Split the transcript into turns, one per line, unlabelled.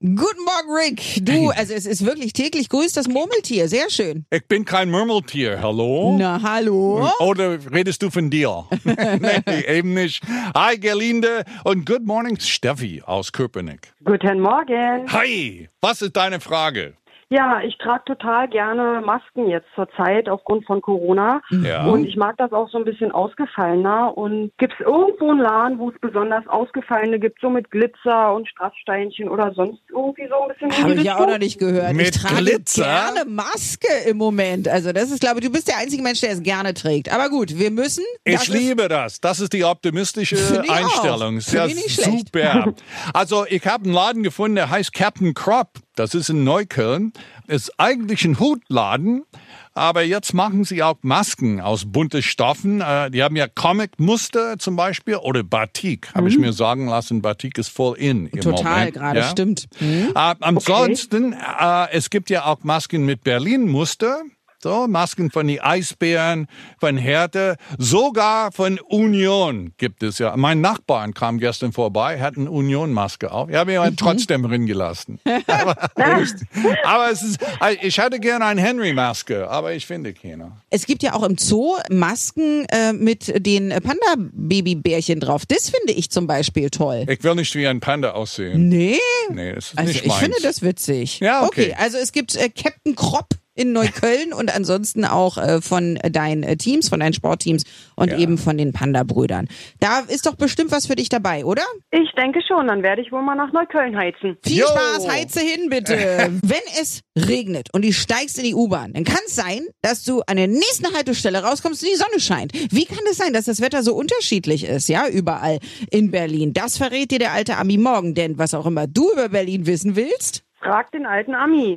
Guten Morgen, Rick. Du, also es ist wirklich täglich grüßt das Murmeltier. Sehr schön.
Ich bin kein Murmeltier, hallo?
Na, hallo.
Oder redest du von dir? nee, eben nicht. Hi, Gerlinde und good morning, Steffi aus Köpenick.
Guten Morgen.
Hi, was ist deine Frage?
Ja, ich trage total gerne Masken jetzt zur Zeit aufgrund von Corona.
Ja.
Und ich mag das auch so ein bisschen ausgefallener. Und gibt es irgendwo einen Laden, wo es besonders ausgefallene gibt, so mit Glitzer und Strasssteinchen oder sonst irgendwie so ein bisschen? in die
Habe ich ja auch
Richtung?
noch nicht gehört. ich
Mit
trage
Glitzer?
gerne Maske im Moment. Also das ist, glaube ich, du bist der einzige Mensch, der es gerne trägt. Aber gut, wir müssen. das
Ich
ist-
liebe das. Das ist die optimistische
Finde ich auch.
Einstellung.
Finde
Ja,
ich nicht schlecht.
super. Also ich habe einen Laden gefunden, der heißt Captain Crop. Das ist in Neukölln. Ist eigentlich ein Hutladen, aber jetzt machen sie auch Masken aus bunten Stoffen. Äh, Die haben ja Comic-Muster zum Beispiel oder Batik, habe ich mir sagen lassen. Batik ist voll in im
Mhm. Total
Moment.
gerade,
Ja?
stimmt.
Äh, ansonsten, äh, es gibt ja auch Masken mit Berlin-Muster. So, Masken von die Eisbären, von Härte, sogar von Union gibt es ja. Mein Nachbarn kam gestern vorbei, hat eine Union-Maske auf. Ich habe ihn
Mhm.
aber trotzdem ringelassen. aber, aber es ist, äh, ich hätte gerne eine Henry-Maske, aber ich finde keine.
Es gibt ja auch im Zoo Masken äh, mit den Panda-Babybärchen drauf. Das finde ich zum Beispiel toll.
Ich will nicht wie ein Panda aussehen.
Nee.
Nee, das ist
Mhm. Also
nicht
ich
meins.
finde das witzig.
Ja, okay.
also es gibt äh, Captain Kropp in Neukölln und ansonsten auch äh, von deinen äh, Teams, von deinen Sportteams und
Ja.
eben von den Panda-Brüdern. Da ist doch bestimmt was für dich dabei, oder?
Ich denke schon, dann werde ich wohl mal nach Neukölln heizen.
Viel
Jo.
Spaß, heize hin bitte. Wenn es regnet und du steigst in die U-Bahn, dann kann es sein, dass du an der nächsten Haltestelle rauskommst und die Sonne scheint. Wie kann es sein, dass das Wetter so unterschiedlich ist, ja, überall in Berlin? Das verrät dir der alte Ami morgen, denn was auch immer du über Berlin wissen willst,
Frag den alten Ami.